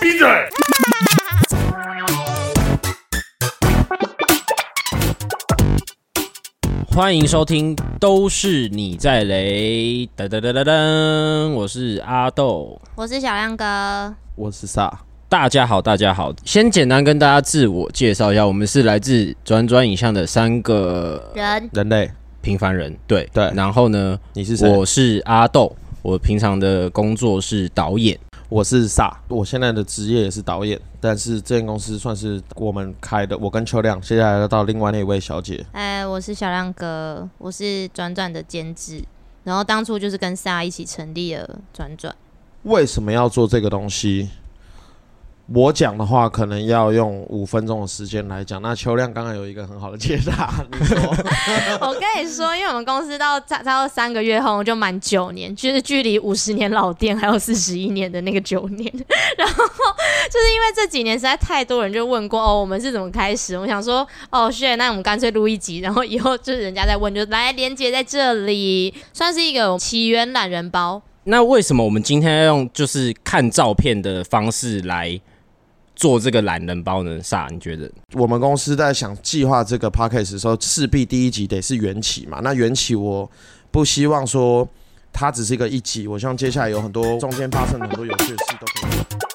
闭嘴！欢迎收听，都是你在雷，噔噔噔噔噔，我是阿豆，我是小亮哥，我是萨。大家好，大家好，先简单跟大家自我介绍一下，我们是来自转转影像的三个人人类，平凡人，对对然后呢，你是谁？我是阿豆，我平常的工作是导演，我是萨，我现在的职业也是导演，但是这间公司算是我们开的。我跟秋亮，接下来要到另外那一位小姐，哎，我是小亮哥，我是转转的监制，然后当初就是跟莎一起成立了转转，为什么要做这个东西？我讲的话可能要用五分钟的时间来讲。那秋亮刚刚有一个很好的解答， 你说我跟你说，因为我们公司到差差不多三个月后就满九年，就是距离五十年老店还有四十一年的那个九年。 然后就是因为这几年实在太多人就问过哦，我们是怎么开始？我想说哦，是，那我们干脆录一集，然后以后就是人家在问，就来连接在这里，算是一个起源懒人包。那为什么我们今天要用就是看照片的方式来做这个懒人包呢？萨，你觉得？我们公司在想计划这个 p a c k a g e 的时候，势必第一集得是缘起嘛。那缘起我不希望说它只是一个一集，我希望接下来有很多中间发生很多有趣的事都可以。